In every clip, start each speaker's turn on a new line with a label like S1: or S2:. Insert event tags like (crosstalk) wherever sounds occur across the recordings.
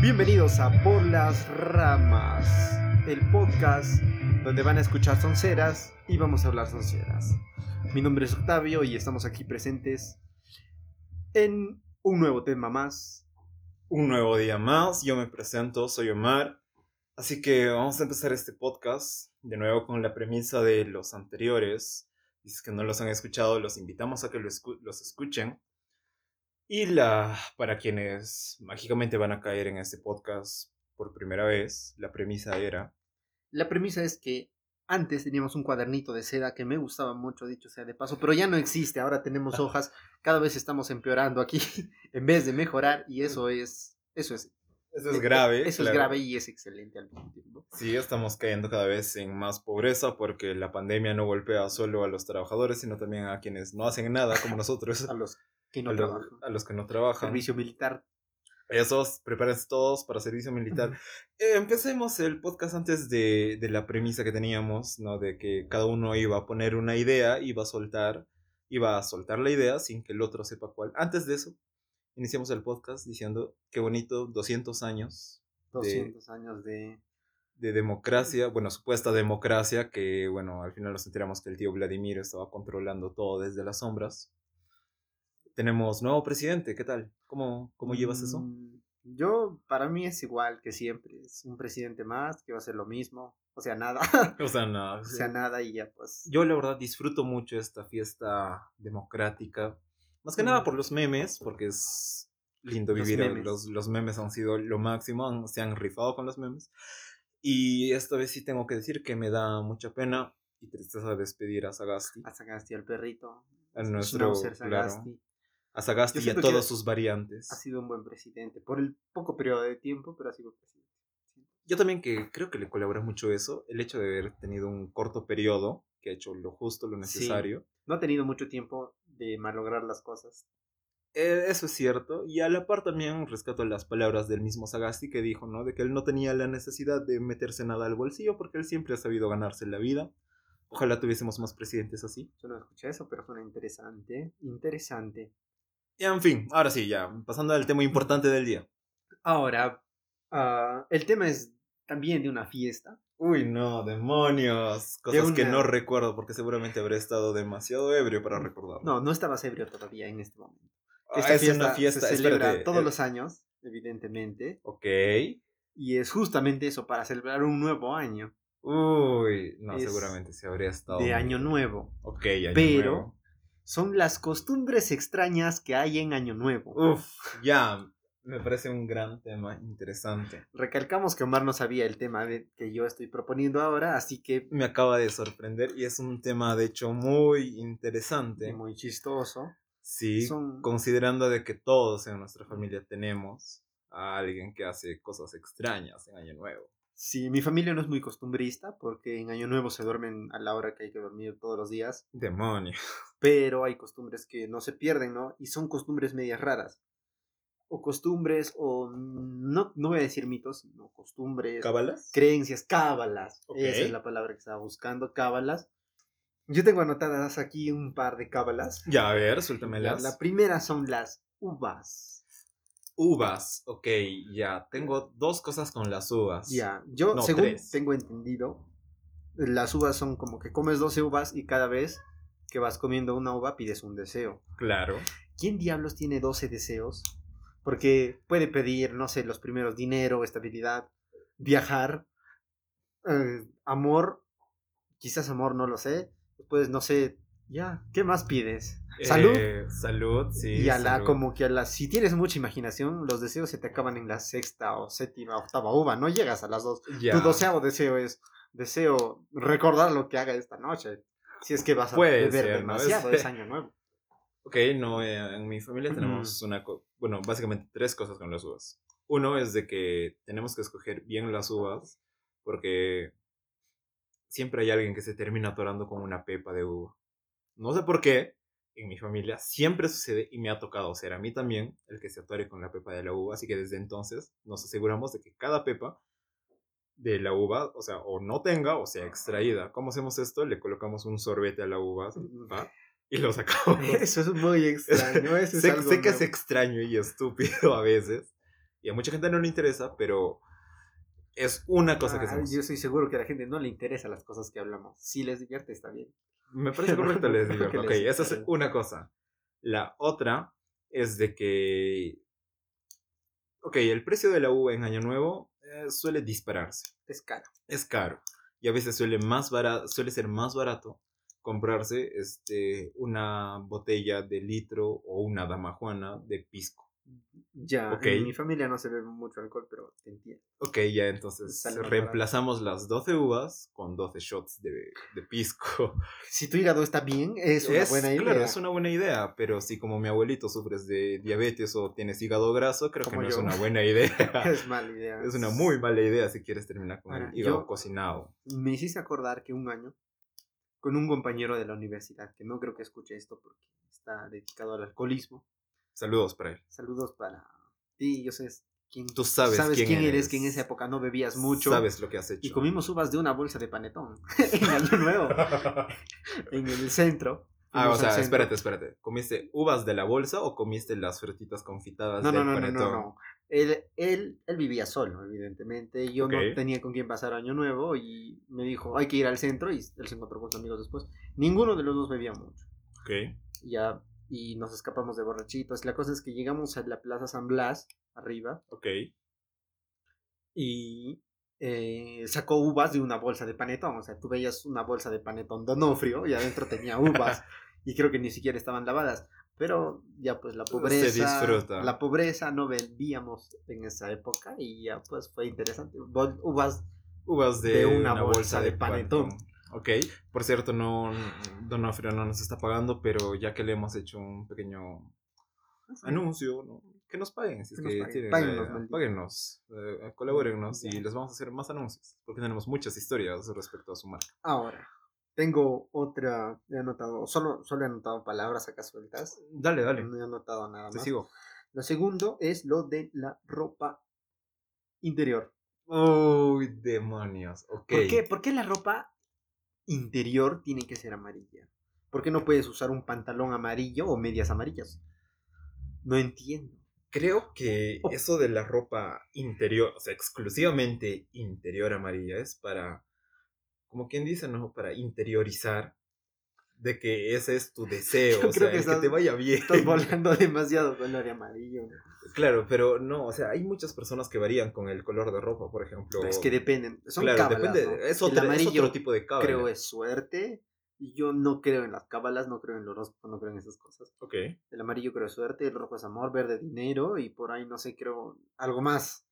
S1: Bienvenidos a Por las Ramas, el podcast donde van a escuchar sonceras y vamos a hablar sonceras. Mi nombre es Octavio y estamos aquí presentes en un nuevo tema más.
S2: Un nuevo día más, yo me presento, soy Omar. Así que vamos a empezar este podcast de nuevo con la premisa de los anteriores. Y si es que no los han escuchado, los invitamos a que lo escu- los escuchen. Y la, para quienes mágicamente van a caer en este podcast por primera vez, la premisa era...
S1: La premisa es que antes teníamos un cuadernito de seda que me gustaba mucho, dicho sea de paso, pero ya no existe, ahora tenemos hojas, cada vez estamos empeorando aquí (laughs) en vez de mejorar y eso es... Eso es,
S2: Eso es grave.
S1: Eso es
S2: claro.
S1: grave y es excelente al mismo tiempo.
S2: Sí, estamos cayendo cada vez en más pobreza porque la pandemia no golpea solo a los trabajadores, sino también a quienes no hacen nada como nosotros.
S1: A los que no
S2: a, los,
S1: trabajan.
S2: a los que no trabajan.
S1: Servicio militar.
S2: Esos, prepárense todos para servicio militar. Eh, empecemos el podcast antes de, de la premisa que teníamos, ¿no? De que cada uno iba a poner una idea, iba a soltar, iba a soltar la idea sin que el otro sepa cuál. Antes de eso, iniciamos el podcast diciendo, qué bonito, 200 años
S1: 200 años de...
S2: de democracia, bueno, supuesta democracia, que bueno, al final nos enteramos que el tío Vladimir estaba controlando todo desde las sombras. Tenemos nuevo presidente, ¿qué tal? ¿Cómo, cómo llevas eso?
S1: Mm, Yo, para mí es igual que siempre. Es un presidente más que va a hacer lo mismo. O sea, nada.
S2: (laughs)
S1: (laughs)
S2: O sea, no,
S1: o sea, nada y ya pues.
S2: yo la verdad disfruto mucho esta fiesta democrática. Más que nada por los memes, porque es lindo
S1: Mm. Los
S2: vivir. Los
S1: memes.
S2: memes, los, memes han sido lo máximo, han- se han rifado con los memes. Y esta vez sí tengo que decir que me da mucha pena y tristeza despedir a Sagasti.
S1: A Sagasti, al perrito.
S2: A nuestro,
S1: Schnauzer
S2: claro,
S1: Sagasti.
S2: a Sagasti
S1: Yo
S2: y a
S1: siento que
S2: todas sus variantes.
S1: Ha sido un buen presidente. Por el poco periodo de tiempo, pero ha sido presidente.
S2: Yo también que creo que le colabora mucho eso, el hecho de haber tenido un corto periodo, que ha hecho lo justo, lo
S1: Sí.
S2: necesario.
S1: No ha tenido mucho tiempo de malograr las cosas.
S2: Eh, Eso es cierto, y a la par también rescato las palabras del mismo Sagasti que dijo, ¿no? De que él no tenía la necesidad de meterse nada al bolsillo porque él siempre ha sabido ganarse la vida. Ojalá tuviésemos más presidentes así.
S1: Yo no escuché eso, pero suena interesante. Interesante.
S2: Y en fin, ahora sí, ya, pasando al tema importante del día.
S1: Ahora, ah, el tema es también de una fiesta.
S2: Uy, no, demonios. Cosas
S1: una-
S2: que no recuerdo porque seguramente habré estado demasiado ebrio para recordarlo.
S1: No, no estabas ebrio todavía en este momento.
S2: Ah,
S1: Esta
S2: es
S1: fiesta
S2: una fiesta,
S1: se celebra
S2: espérate,
S1: todos
S2: eh,
S1: los años, evidentemente,
S2: Ok.
S1: y es justamente eso para celebrar un nuevo año,
S2: Uy, no,
S1: Es
S2: seguramente se habría estado.
S1: de año nuevo.
S2: Ok, año
S1: Pero-
S2: nuevo.
S1: Son las costumbres extrañas que hay en año nuevo.
S2: Uf, ya. Me parece un gran tema interesante.
S1: Recalcamos que Omar no sabía el tema de- que yo estoy proponiendo ahora, así que
S2: Me acaba de sorprender y es un tema, de hecho, muy interesante.
S1: es muy chistoso.
S2: Sí,
S1: Son-
S2: considerando de que todos en nuestra familia tenemos a alguien que hace cosas extrañas en año nuevo.
S1: Sí, mi familia no es muy costumbrista porque en año nuevo se duermen a la hora que hay que dormir todos los días,
S2: Demonio.
S1: pero hay costumbres que no se pierden, ¿no? Y son costumbres medias raras. O costumbres, o mm, no, no voy a decir mitos, sino costumbres,
S2: ¿Cábalas?
S1: creencias, cábalas.
S2: Ok.
S1: Esa es la palabra que estaba buscando, cábalas. Yo tengo anotadas aquí un par de cábalas.
S2: Ya, a ver,
S1: La,
S2: suéltamelas.
S1: la primera son las uvas.
S2: Uvas, ok, ya. Tengo dos cosas con las uvas.
S1: Ya, yo
S2: No,
S1: según
S2: tres.
S1: tengo entendido, las uvas son como que comes 12 uvas y cada vez que vas comiendo una uva pides un deseo.
S2: Claro.
S1: ¿Quién diablos tiene 12 deseos? Porque puede pedir, no sé, los primeros dinero, estabilidad, viajar, eh, amor, quizás amor, no lo sé. Después, no sé, ya, ¿qué más pides? Salud.
S2: Eh, salud, sí.
S1: y a la,
S2: salud.
S1: como que a la, si tienes mucha imaginación, los deseos se te acaban en la sexta o séptima, octava uva, no llegas a las dos.
S2: Ya.
S1: Tu doceavo deseo es, deseo recordar lo que haga esta noche. Si es que vas a
S2: Puede
S1: beber
S2: ser, ¿no?
S1: demasiado,
S2: Es- (laughs)
S1: es año nuevo.
S2: Ok, no, eh, en mi familia tenemos una... co- Bueno, básicamente tres cosas con las uvas. Uno es de que tenemos que escoger bien las uvas porque siempre hay alguien que se termina atorando con una pepa de uva. No sé por qué, en mi familia siempre sucede y me ha tocado ser a mí también el que se atore con la pepa de la uva, así que desde entonces nos aseguramos de que cada pepa de la uva, o sea, o no tenga o sea extraída. ¿Cómo hacemos esto? Le colocamos un sorbete a la uva así, pa, y
S1: (laughs)
S2: lo sacamos. (laughs)
S1: Eso es muy extraño, eso es
S2: sé,
S1: algo
S2: sé que es
S1: nuevo.
S2: extraño y estúpido a veces, Y a mucha gente no le interesa, pero es una cosa que
S1: Ah,
S2: hacemos.
S1: Yo estoy seguro que a la gente no le interesa las cosas que hablamos. Si les divierte, está bien. (laughs)
S2: Me parece correcto, les digo.
S1: Que
S2: ok,
S1: les-
S2: esa es una cosa. La otra es de que. Ok, el precio de la uva en Año Nuevo eh, suele dispararse.
S1: Es caro.
S2: Es caro. Y a veces suele, más bara- suele ser más barato comprarse este, una botella de litro o una damajuana de pisco.
S1: Ya,
S2: Ok.
S1: en mi familia no se bebe mucho alcohol, pero te entiendo.
S2: Ok, ya entonces
S1: Sale más barato.
S2: reemplazamos las 12 uvas con 12 shots de, de pisco.
S1: Si tu hígado está bien, (laughs) es una buena idea.
S2: Claro, es una buena idea, pero si como mi abuelito sufres de diabetes o tienes hígado graso, creo que
S1: Como
S2: no es
S1: yo.
S2: una buena idea.
S1: (laughs)
S2: (laughs)
S1: Es mala idea.
S2: es una muy mala idea si quieres terminar con
S1: Ahora,
S2: el hígado
S1: yo-
S2: cocinado.
S1: Me hiciste acordar que un año, con un compañero de la universidad, que no creo que escuche esto porque está dedicado al alcoholismo.
S2: Saludos para él.
S1: Saludos para ti, yo sé quién
S2: Tú sabes,
S1: quién, eres, que en esa época no bebías mucho.
S2: Sabes lo que has hecho.
S1: Y (laughs) comimos uvas de una bolsa de panetón (laughs) en Año Nuevo, en el centro.
S2: (laughs) ah, o
S1: Fuimos al
S2: sea,
S1: centro.
S2: espérate, espérate. ¿Comiste uvas de la bolsa o comiste las frutitas confitadas
S1: No, no,
S2: del
S1: no, no,
S2: panetón?
S1: no, no. Él, él, él vivía solo, evidentemente. y Yo
S2: Ok.
S1: no tenía con quién pasar Año Nuevo y me dijo, hay que ir al centro. Y él se encontró con sus amigos después. Ninguno de los dos bebía mucho.
S2: Ok.
S1: Ya, y nos escapamos de borrachitos. La cosa es que llegamos a la Plaza San Blas, arriba,
S2: Ok.
S1: y eh, sacó uvas de una bolsa de panetón. O sea, tú veías una bolsa de panetón Donofrio y adentro tenía
S2: (laughs)
S1: uvas. y creo que ni siquiera estaban lavadas. Pero ya pues la pobreza.
S2: disfruta.
S1: La pobreza no vendíamos en esa época y ya pues fue interesante. Bol- uvas.
S2: Uvas de,
S1: De
S2: una,
S1: una
S2: bolsa,
S1: bolsa
S2: de
S1: de panetón.
S2: panetón. Ok, por cierto, no, Donofrio no nos está pagando, pero ya que le hemos hecho un pequeño anuncio, ¿no? que nos paguen, si es
S1: Que
S2: que,
S1: nos paguen.
S2: tienen,
S1: Páguenos,
S2: eh,
S1: maldito.
S2: páguenos, eh, colabórennos y
S1: Ya.
S2: les vamos a hacer más anuncios, porque tenemos muchas historias respecto a su marca.
S1: Ahora, tengo otra. He anotado. Solo, solo he anotado palabras acá sueltas.
S2: Dale, dale,
S1: No he anotado nada más.
S2: te sigo.
S1: Lo segundo es lo de la ropa interior.
S2: Uy, demonios, ok.
S1: ¿Por, qué, por qué la ropa interior tiene que ser amarilla? ¿Por qué no puedes usar un pantalón amarillo o medias amarillas? No
S2: (laughs)
S1: entiendo.
S2: Creo que
S1: Oh.
S2: eso de la ropa interior, o sea, exclusivamente interior amarilla, es para, como quien dice, ¿no? Para interiorizar de que ese es tu deseo,
S1: (laughs) Yo
S2: o
S1: creo
S2: sea,
S1: que
S2: el
S1: estás-
S2: que te vaya bien.
S1: Estás volando demasiado color amarillo.
S2: (laughs) Claro, pero no, o sea, hay muchas personas que varían con el color de ropa, por ejemplo.
S1: Es que dependen. Son
S2: claro,
S1: cábalas,
S2: depende,
S1: ¿no?
S2: es,
S1: El
S2: otra- es
S1: amarillo
S2: otro tipo de cábala.
S1: creo es suerte. y Yo no creo en las cábalas, no creo en los horóscopo, no creo en esas cosas.
S2: Ok,
S1: El amarillo creo es suerte, el rojo es amor, verde dinero y por ahí no sé, creo algo más.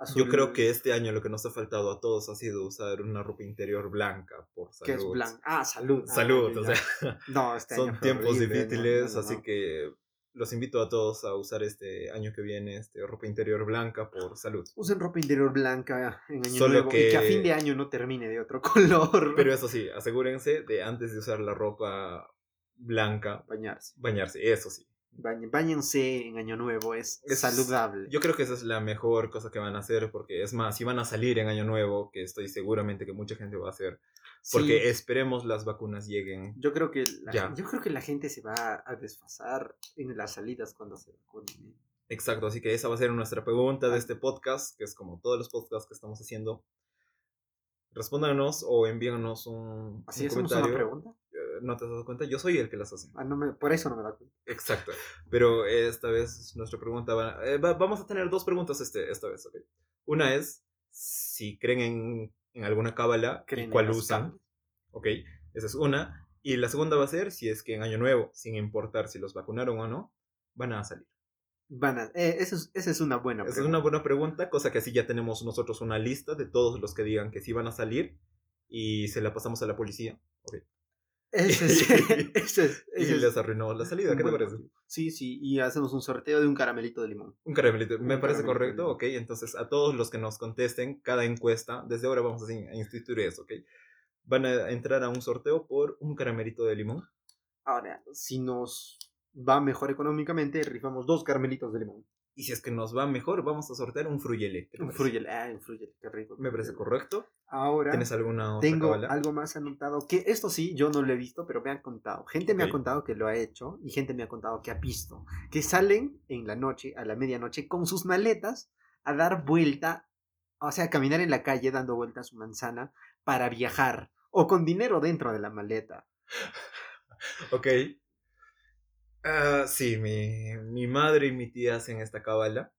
S2: yo
S1: Azul-
S2: creo que este año lo que nos ha faltado a todos ha sido usar una ropa interior blanca, por salud.
S1: que es blanco. Ah, salud. Ah,
S2: Salud,
S1: ya,
S2: o
S1: ya.
S2: sea.
S1: No, este año
S2: Son
S1: fue
S2: tiempos
S1: horrible, no,
S2: difíciles,
S1: no, no,
S2: así
S1: no.
S2: que los invito a todos a usar este año que viene este ropa interior blanca por salud.
S1: Usen ropa interior blanca en año
S2: Solo
S1: nuevo y que a
S2: que-
S1: fin de año no termine de otro (laughs) color.
S2: Pero eso sí, asegúrense de antes de usar la ropa blanca
S1: bañarse.
S2: bañarse, eso sí.
S1: Bañ- Báñense en año nuevo, es,
S2: Es-
S1: saludable.
S2: Yo creo que esa es la mejor cosa que van a hacer porque es más, si van a salir en año nuevo, que estoy seguramente que mucha gente va a hacer,
S1: Sí,
S2: porque esperemos las vacunas lleguen.
S1: yo creo que la,
S2: Ya.
S1: yo creo que la gente se va a desfasar en las salidas cuando se vacunen. ¿eh?
S2: Exacto, así que esa va a ser nuestra pregunta
S1: Ah.
S2: de este podcast, que es como todos los podcasts que estamos haciendo. Respóndanos o envíanos un,
S1: Así
S2: un
S1: hacemos una pregunta.
S2: Eh, no te has dado cuenta, yo soy el que las hace.
S1: Ah, no me- por eso no me da cuenta.
S2: Exacto. Pero esta vez nuestra pregunta va, eh, va- vamos a tener dos preguntas este, esta vez, ok. Una es si creen en, en alguna cábala y
S1: ¿Creen en
S2: cuál
S1: las
S2: usan,
S1: cábalas?
S2: ok. Esa es una. Y la segunda va a ser si es que en Año Nuevo, sin importar si los vacunaron o no, van a salir.
S1: Van a, eh, eso es, esa es una buena
S2: Esa es una buena pregunta, cosa que así ya tenemos nosotros una lista de todos los que digan que sí van a salir y se la pasamos a la policía
S1: Ese es, (laughs) ese es-
S2: (laughs) y
S1: ese es
S2: les arruinó la salida.
S1: un
S2: ¿Qué te
S1: buen
S2: parece?
S1: motivo. Sí, sí, y hacemos un sorteo de un caramelito de limón.
S2: Un caramelito, me
S1: Un
S2: parece
S1: caramelito
S2: correcto,
S1: lindo.
S2: ok. Entonces, a todos los que nos contesten cada encuesta, desde ahora vamos a in- a instituir eso, ok. Van a entrar a un sorteo por un caramelito de limón.
S1: Ahora, si nos va mejor económicamente, rifamos dos carmelitos de limón.
S2: Y si es que nos va mejor, vamos a sortear un fruyele. ¿qué te
S1: Un
S2: parece?
S1: fruyel, ah, un fruyel, qué rico.
S2: Me parece correcto.
S1: Ahora
S2: ¿Tienes alguna otra
S1: tengo
S2: cábala?
S1: algo más anotado, que esto sí, yo no lo he visto, pero me han contado. Gente me
S2: Ok.
S1: ha contado que lo ha hecho y gente me ha contado que ha visto. Que salen en la noche, a la medianoche, con sus maletas a dar vuelta, o sea, a caminar en la calle dando vuelta a su manzana para viajar o con dinero dentro de la maleta.
S2: Ok. Ah, sí, mi, mi madre y mi tía hacen esta cábala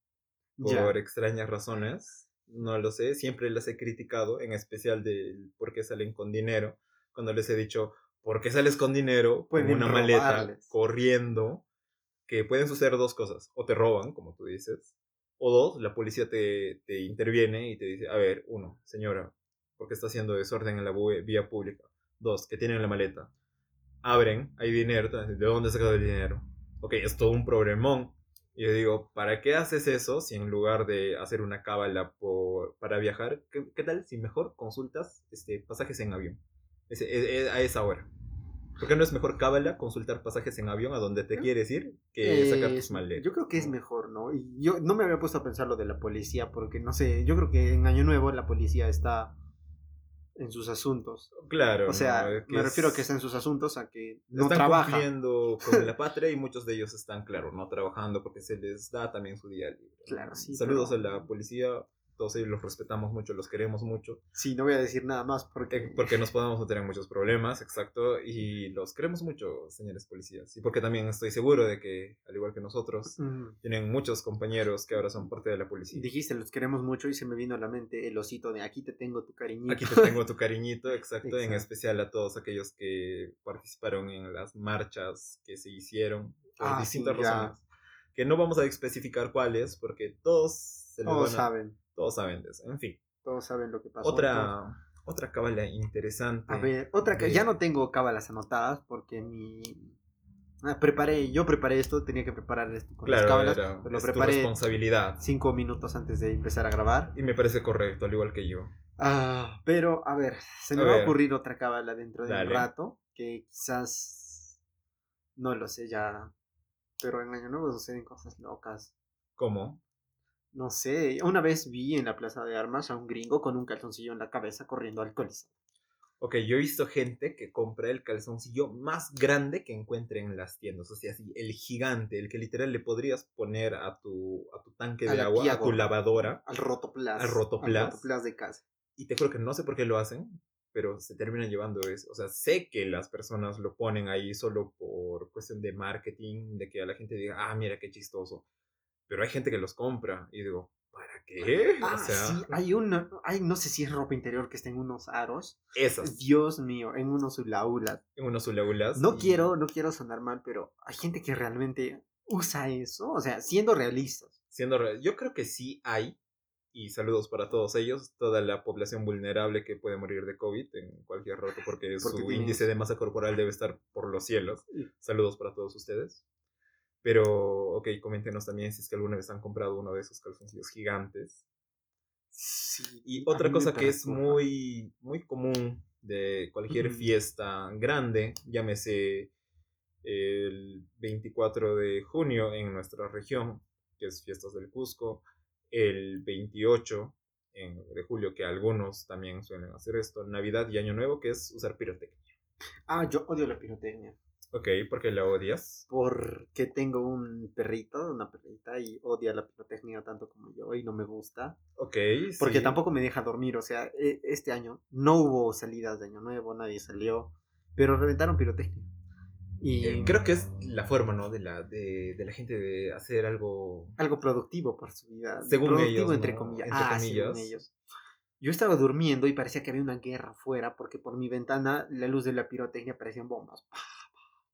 S2: por
S1: Ya.
S2: extrañas razones. No lo sé, siempre las he criticado, en especial del por qué salen con dinero. Cuando les he dicho, ¿por qué sales con dinero? Con
S1: Pueden
S2: una maleta,
S1: robarles.
S2: corriendo. Que pueden suceder dos cosas. O te roban, como tú dices. O dos, la policía te, te interviene y te dice, a ver, uno, señora, ¿por qué está haciendo desorden en la bu- vía pública? Dos, que tienen la maleta. Abren, hay dinero. te van a decir, ¿De dónde sacas el dinero? Ok, es todo un problemón. Y yo digo, ¿para qué haces eso si en lugar de hacer una cábala por, para viajar, ¿qué, qué tal si mejor consultas este, pasajes en avión? Ese- e- e- a esa hora. ¿Por qué no es mejor cábala consultar pasajes en avión a donde te quieres ir que
S1: Eh,
S2: sacar tus maletas?
S1: Yo creo que es mejor, ¿no? Y yo no me había puesto a pensar lo de la policía, porque no sé, yo creo que en Año Nuevo la policía está en sus asuntos.
S2: Claro.
S1: O sea,
S2: ¿no? Que
S1: me refiero a
S2: es-
S1: que está en sus asuntos, a que no
S2: están
S1: trabaja.
S2: cumpliendo con
S1: (laughs)
S2: la patria y muchos de ellos están, claro, no trabajando porque se les da también su día libre.
S1: Claro, sí,
S2: Saludos
S1: pero-
S2: a la policía, todos ellos los respetamos mucho, los queremos mucho.
S1: Sí, no voy a decir nada más porque...
S2: Eh, Porque nos podemos meter en muchos problemas, exacto, y los queremos mucho, señores policías. Y porque también estoy seguro de que, al igual que nosotros,
S1: Mm,
S2: tienen muchos compañeros que ahora son parte de la policía.
S1: dijiste, los queremos mucho y se me vino a la mente el osito de aquí te tengo tu cariñito. (laughs)
S2: Aquí te tengo tu cariñito, exacto, en
S1: Exacto.
S2: especial a todos aquellos que participaron en las marchas que se hicieron por
S1: Ah,
S2: distintas
S1: sí, ya.
S2: razones. Que no vamos a especificar cuáles, porque todos se les
S1: Todos
S2: van a-
S1: saben,
S2: todos saben de eso. En fin,
S1: todos saben lo que pasó. Entonces,
S2: otra, otra cábala interesante.
S1: A ver, otra que
S2: de-
S1: ya no tengo cábalas anotadas porque mi ah, preparé, yo preparé esto, tenía que preparar esto con las
S2: claro,
S1: cábalas,
S2: era-
S1: pero lo
S2: es tu
S1: preparé
S2: responsabilidad.
S1: cinco minutos antes de empezar a grabar.
S2: Y me parece correcto, al igual que yo.
S1: Ah, pero a ver, se me
S2: A
S1: va
S2: ver.
S1: a ocurrir otra cábala dentro de
S2: Dale.
S1: un rato que quizás no lo sé ya, pero en año nuevo suceden cosas locas.
S2: ¿Cómo?
S1: No sé, una vez vi en la Plaza de Armas a un gringo con un calzoncillo en la cabeza corriendo alcoholizado.
S2: Ok, yo he visto gente que compra el calzoncillo más grande que encuentre en las tiendas. O sea, así, el gigante, el que literal le podrías poner a tu, a tu tanque
S1: A
S2: de
S1: la
S2: agua,
S1: Kia
S2: a tu
S1: Gorda.
S2: lavadora.
S1: Al rotoplas.
S2: Al rotoplas.
S1: Al rotoplas de casa.
S2: Y te juro que no sé por qué lo hacen, pero se terminan llevando eso. O sea, sé que las personas lo ponen ahí solo por cuestión de marketing, de que a la gente diga, ah, mira qué chistoso. Pero hay gente que los compra y digo, ¿para qué?
S1: Ah,
S2: o sea,
S1: sí, hay una, hay, no sé si es ropa interior que está en unos aros.
S2: esas,
S1: Dios mío, en unos ulaulas.
S2: en unos ulaulas.
S1: No
S2: y-
S1: quiero, no quiero sonar mal, pero hay gente que realmente usa eso, o sea, siendo realistas.
S2: siendo re- yo creo que sí hay y saludos para todos ellos, toda la población vulnerable que puede morir de COVID en cualquier rato porque, su
S1: Porque tiene
S2: índice de masa corporal debe estar por los cielos.
S1: Sí.
S2: Saludos para todos ustedes. Pero, ok, coméntenos también si es que alguna vez han comprado uno de esos calzoncillos gigantes. Y otra cosa que es muy, muy común de cualquier
S1: Ujú.
S2: fiesta grande, llámese el 24 de junio en nuestra región, que es Fiestas del Cusco, el 28 en- de julio, que algunos también suelen hacer esto, Navidad y Año Nuevo, que es usar pirotecnia.
S1: Ah, yo odio la pirotecnia.
S2: Ok, porque la odias.
S1: Porque tengo un perrito, una perrita, y odia la pirotecnia tanto como yo, y no me gusta.
S2: Ok,
S1: Porque
S2: sí.
S1: tampoco me deja dormir, o sea, e- este año no hubo salidas de año nuevo, nadie salió, pero reventaron pirotecnia. Y
S2: Eh, creo que es la forma, ¿no? De la, de, de la gente de hacer algo
S1: algo productivo por su vida.
S2: Según
S1: productivo
S2: ellos,
S1: entre
S2: ¿no?
S1: comillas.
S2: Entre
S1: Ah, según
S2: comillas.
S1: ellos. Yo estaba durmiendo y parecía que había una guerra afuera porque por mi ventana la luz de la pirotecnia parecían bombas. Pa, pa.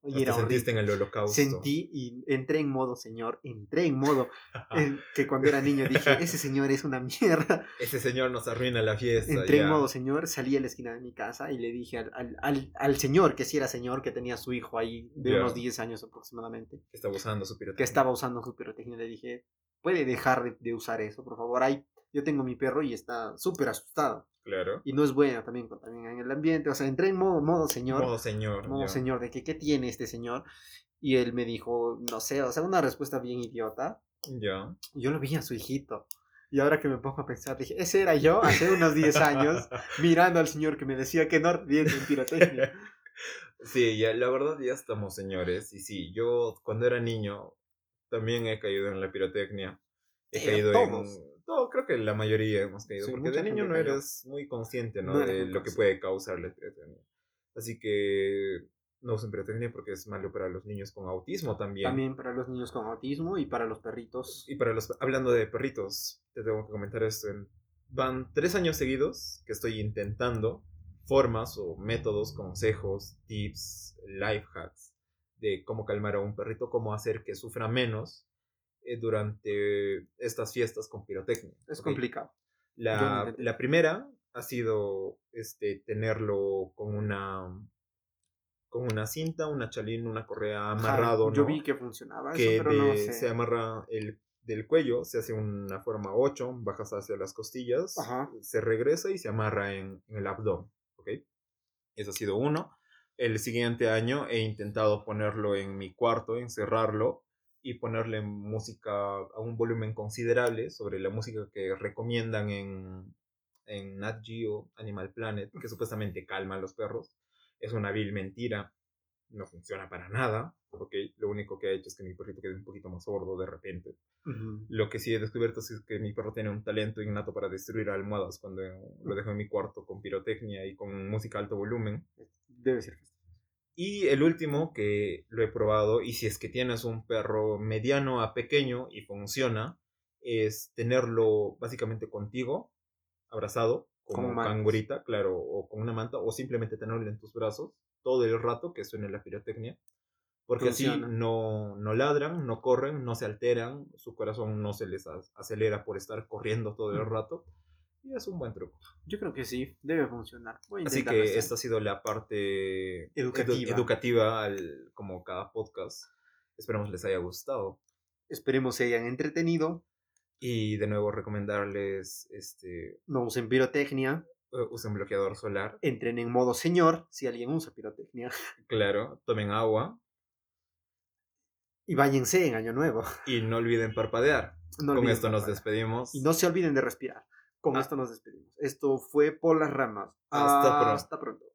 S1: Y
S2: Hasta
S1: era horrible.
S2: sentiste en el holocausto.
S1: Sentí y entré en modo señor, entré en
S2: (laughs)
S1: modo en que cuando era niño dije, ese señor es una
S2: (laughs)
S1: mierda.
S2: Ese señor nos arruina la fiesta.
S1: Entré
S2: ya.
S1: en modo señor, salí a la esquina de mi casa y le dije al, al, al- al señor, que sí era señor, que tenía su hijo ahí de
S2: Ya.
S1: unos 10 años aproximadamente,
S2: que está usando su pirotecnia.
S1: que estaba usando su pirotecnia, le dije, puede dejar de, de usar eso, por favor. Ay, yo tengo mi perro y está súper asustado.
S2: Claro.
S1: Y no es bueno también, también en el ambiente. O sea, entré en modo, modo señor, modo,
S2: Modo señor. ya.
S1: señor, de que qué tiene este señor. Y él me dijo, no sé, o sea, una respuesta bien idiota.
S2: Ya.
S1: Yo lo vi a su hijito. Y ahora que me pongo a pensar, dije, ese era yo hace unos 10
S2: (laughs)
S1: años, mirando al señor que me decía que no bien en pirotecnia.
S2: (laughs) Sí, ya, la verdad ya estamos señores. Y sí, yo cuando era niño también he caído en la pirotecnia. He
S1: Sí,
S2: caído
S1: todos.
S2: en. No, creo que la mayoría hemos caído.
S1: Sí,
S2: porque
S1: mucha
S2: de niño
S1: gente
S2: no
S1: cayó.
S2: eres muy consciente, ¿no?
S1: No eres
S2: de
S1: muy
S2: lo que
S1: consciente.
S2: puede causar la esquizofrenia. Así que no usen pirotecnia porque es malo para los niños con autismo también.
S1: También para los niños con autismo y para los perritos.
S2: Y para los. Hablando de perritos, te tengo que comentar esto. en- Van tres años seguidos que estoy intentando formas o métodos, consejos, tips, life hacks de cómo calmar a un perrito, cómo hacer que sufra menos eh, durante estas fiestas con pirotecnia.
S1: Es
S2: ¿ok?
S1: complicado. Yo lo
S2: La,
S1: intenté.
S2: la primera ha sido este, tenerlo con una con una cinta, una chalín, una correa amarrado.
S1: Yo
S2: ¿no?
S1: vi que funcionaba
S2: que
S1: eso, pero no
S2: de-
S1: sé.
S2: se amarra el, del cuello, se hace una forma 8, bajas hacia las costillas,
S1: Ajá.
S2: se regresa y se amarra en, en el abdomen. ¿ok? Ese ha sido uno. El siguiente año he intentado ponerlo en mi cuarto, encerrarlo y ponerle música a un volumen considerable sobre la música que recomiendan en, en Nat Geo, Animal Planet, que supuestamente calma a los perros. Es una vil mentira. No funciona para nada. ¿ok? Lo único que ha hecho es que mi perrito quede un poquito más sordo de repente.
S1: Ujú.
S2: Lo que sí he descubierto es que mi perro tiene un talento innato para destruir almohadas cuando lo dejo en mi cuarto con pirotecnia y con música a alto volumen.
S1: Eh, Debe ser.
S2: Y el último que lo he probado, y si es que tienes un perro mediano a pequeño y funciona, es tenerlo básicamente contigo, abrazado,
S1: Como
S2: como
S1: mantas.
S2: cangurita, claro, o con una manta, o simplemente tenerlo en tus brazos todo el rato que suene la pirotecnia. Porque
S1: Funciona.
S2: así no, no ladran, no corren, no se alteran, su corazón no se les a- acelera por estar corriendo todo el
S1: Mm.
S2: rato. Y es un buen truco.
S1: Yo creo que sí, debe funcionar. Voy a
S2: Así
S1: intentarlo
S2: que
S1: hacer.
S2: esta ha sido la parte edu-
S1: Educativa.
S2: educativa al- como cada podcast. Esperamos les haya gustado.
S1: Esperemos se hayan entretenido.
S2: Y de nuevo recomendarles, este, eh,
S1: No usen pirotecnia.
S2: usen bloqueador solar,
S1: Entren en modo señor si alguien usa pirotecnia. (laughs)
S2: claro, tomen agua
S1: Y váyanse en Año Nuevo. (laughs)
S2: y no olviden parpadear.
S1: No
S2: Con
S1: olviden
S2: esto nos
S1: tapar.
S2: despedimos.
S1: Y no se olviden de respirar. Con
S2: Ah.
S1: esto nos despedimos. Esto fue Por las Ramas.
S2: Hasta pronto.
S1: Hasta pronto.